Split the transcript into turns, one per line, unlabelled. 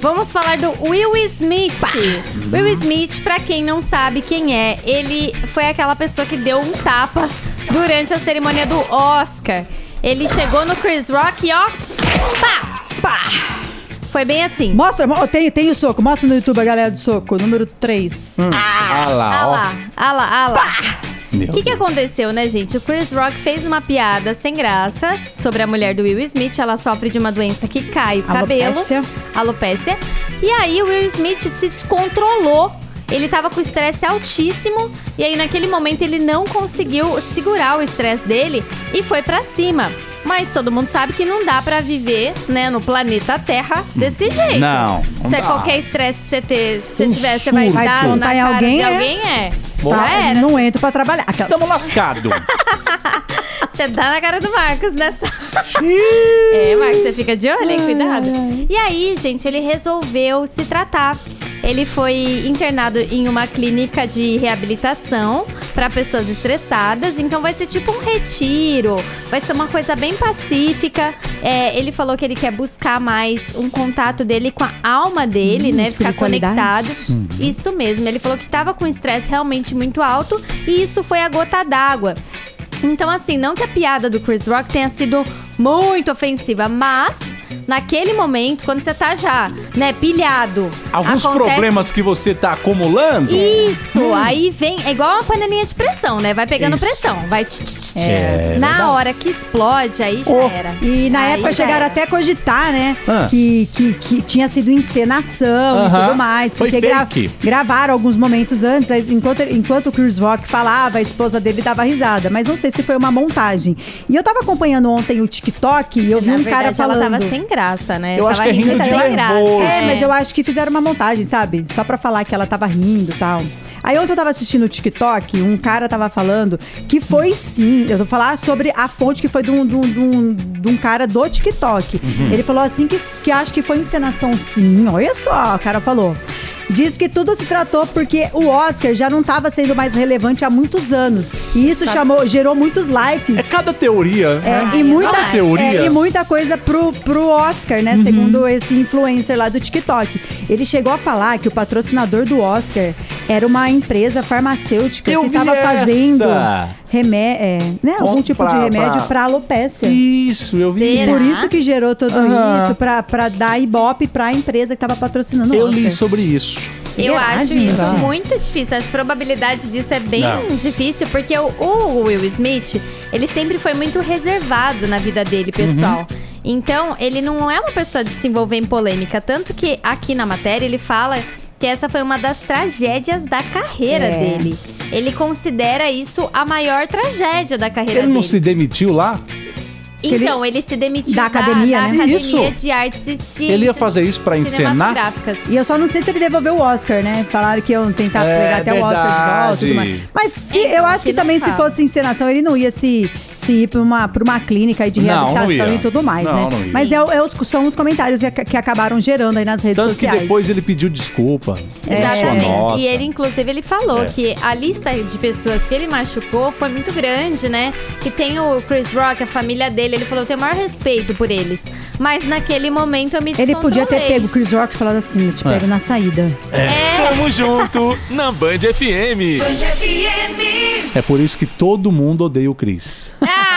Vamos falar do Will Smith. Will Smith, pra quem não sabe quem é, ele foi aquela pessoa que deu um tapa durante a cerimônia do Oscar. Ele chegou no Chris Rock e ó, pá, pá. Foi bem assim.
Mostra, mo- tem, tem o soco. Mostra no YouTube a galera do soco, número 3.
Ah lá,
Ah
ó.
lá, ah lá, ah lá.
Meu
O que, que
Deus.
aconteceu, né, gente? O Chris Rock fez uma piada sem graça sobre a mulher do Will Smith. Ela sofre de uma doença que cai o cabelo.
Alopecia.
Alopécia. E aí o Will Smith se descontrolou. Ele tava com estresse altíssimo. E aí, naquele momento, ele não conseguiu segurar o estresse dele e foi pra cima. Mas todo mundo sabe que não dá pra viver, né, no planeta Terra desse jeito.
Não, não
Se é
dá.
qualquer estresse que você, ter, se você
Um
tiver, você vai
surto.
dar na
Tá em
cara
alguém,
de
é.
alguém, é. Já
Tá?
era.
Não entro pra trabalhar. Aquelas-
Tamo lascado.
Você dá na cara do Marcos nessa. é, Marcos, você fica de olho, hein? Cuidado. E aí, gente, ele resolveu se tratar. Ele foi internado em uma clínica de reabilitação para pessoas estressadas. Então vai ser tipo um retiro, vai ser uma coisa bem pacífica. É, ele falou que ele quer buscar mais um contato dele com a alma dele,
Hum,
né? Ficar
espiritualidade.
conectado.
Uhum.
Isso mesmo. Ele falou que estava com estresse realmente muito alto e isso foi a gota d'água. Então, assim, não que a piada do Chris Rock tenha sido muito ofensiva, mas naquele momento, quando você tá já, né, pilhado,
Alguns
acontece-
problemas que você tá acumulando.
Isso, aí vem, é igual uma panelinha de pressão, né? Vai pegando
Isso.
pressão, vai. tch, tch, tch.
É,
Na
verdade.
hora que explode, aí já
Oh.
era.
E na
Aí
época
já
chegaram
era.
até a cogitar, né?
Ah.
Que, que, que tinha sido encenação e
Aham.
tudo mais.
Foi
Porque gra-
fake.
gravaram alguns momentos antes, aí enquanto, enquanto o Chris Rock falava, a esposa dele dava risada. Mas não sei se foi uma montagem. E eu tava acompanhando ontem o TikTok e eu vi
Na
um
verdade,
cara falando.
ela tava sem graça, né?
Eu
tava
acho que é rindo de
sem graça.
nervoso.
É,
É.
mas eu acho que fizeram uma montagem, sabe? Só pra falar que ela tava rindo e tal. Aí ontem eu tava assistindo o TikTok, um cara tava falando que foi sim. Eu vou falar sobre a fonte que foi de um, de um, de um- de um cara do TikTok. Ele falou assim que, que acho que foi encenação sim. Olha só, o cara falou. Diz que tudo se tratou porque o Oscar já não tava sendo mais relevante há muitos anos. E isso chamou, gerou muitos likes.
É cada teoria.
É,
né?
e, muita,
Cada teoria. Uhum.
é, e muita coisa pro, pro Oscar, né? Segundo esse influencer lá do TikTok. Ele chegou a falar que o patrocinador do Oscar era uma empresa farmacêutica
Eu
que
vi
estava
essa.
fazendo remédio, né, algum
Bom,
tipo
pra-
de remédio
pra-
para alopecia.
Isso, eu vi.
Será?
Por isso que gerou tudo
Aham.
isso, pra, pra dar ibope pra empresa que tava patrocinando o
Eu
Oscar.
li sobre isso.
Eu
Será,
acho
gente?
isso muito difícil. Acho que a probabilidade disso é bem
Não.
difícil, porque o, o Will Smith, ele sempre foi muito reservado na vida dele,
Uhum.
pessoal. Então, ele não é uma pessoa de se envolver em polêmica. Tanto que aqui na matéria ele fala que essa foi uma das tragédias da carreira
É.
dele. Ele considera isso a maior tragédia da carreira
Ele não
dele.
se demitiu lá?
Diz que ele-
Então, ele se demitiu
Da academia, né?
academia
Isso.
de artes e ciências.
Ele ia fazer isso pra encenar?
cinematográficas.
E eu só não sei se ele devolveu o Oscar, né? Falaram que iam tentar
É,
pegar até o Oscar de volta e tudo
verdade.
mais. Mas se,
Então,
eu acho que
que não
também se
fala.
fosse encenação, ele não ia se, se ir pra uma, pra uma clínica aí de
Não, não
reabilitação
ia.
e tudo mais,
Não,
né?
não ia.
Mas é, é os- são os comentários que, ac- que acabaram gerando aí nas redes
Tanto
sociais.
que depois ele pediu desculpa.
É.
É
Exatamente.
Sua nota.
E ele, inclusive, ele falou
É.
que a lista de pessoas que ele machucou foi muito grande, né? Que tem o Chris Rock, a família dele, ele falou, eu tenho o maior respeito por eles. Mas naquele momento eu me
Ele podia ter
descontrolei.
pego o Chris Rock e falado assim, eu te
É.
pego na saída.
Tamo junto na Band FM.
É por isso que todo mundo odeia o Chris.
Ah,